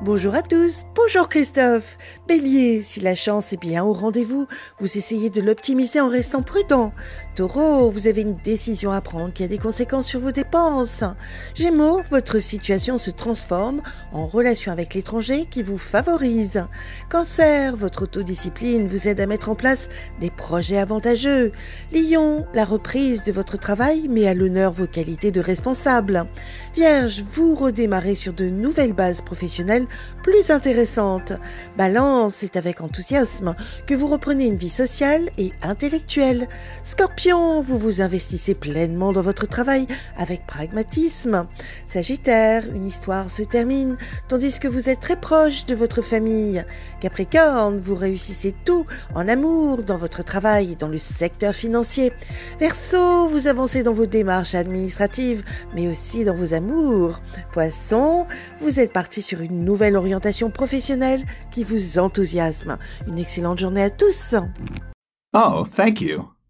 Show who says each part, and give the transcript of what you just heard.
Speaker 1: Bonjour à tous, bonjour Christophe. Bélier, si la chance est bien au rendez-vous, vous essayez de l'optimiser en restant prudent. Taureau, vous avez une décision à prendre qui a des conséquences sur vos dépenses. Gémeaux, votre situation se transforme en relation avec l'étranger qui vous favorise. Cancer, votre autodiscipline vous aide à mettre en place des projets avantageux. Lion, la reprise de votre travail met à l'honneur vos qualités de responsable. Vierge, vous redémarrez sur de nouvelles bases professionnelles plus intéressante. Balance, c'est avec enthousiasme que vous reprenez une vie sociale et intellectuelle. Scorpion, vous vous investissez pleinement dans votre travail avec pragmatisme. Sagittaire, une histoire se termine tandis que vous êtes très proche de votre famille. Capricorne, vous réussissez tout en amour, dans votre travail et dans le secteur financier. Verseau, vous avancez dans vos démarches administratives mais aussi dans vos amours. Poisson, vous êtes parti sur une nouvelle orientation professionnelle qui vous enthousiasme. Une excellente journée à tous.
Speaker 2: Oh, thank you.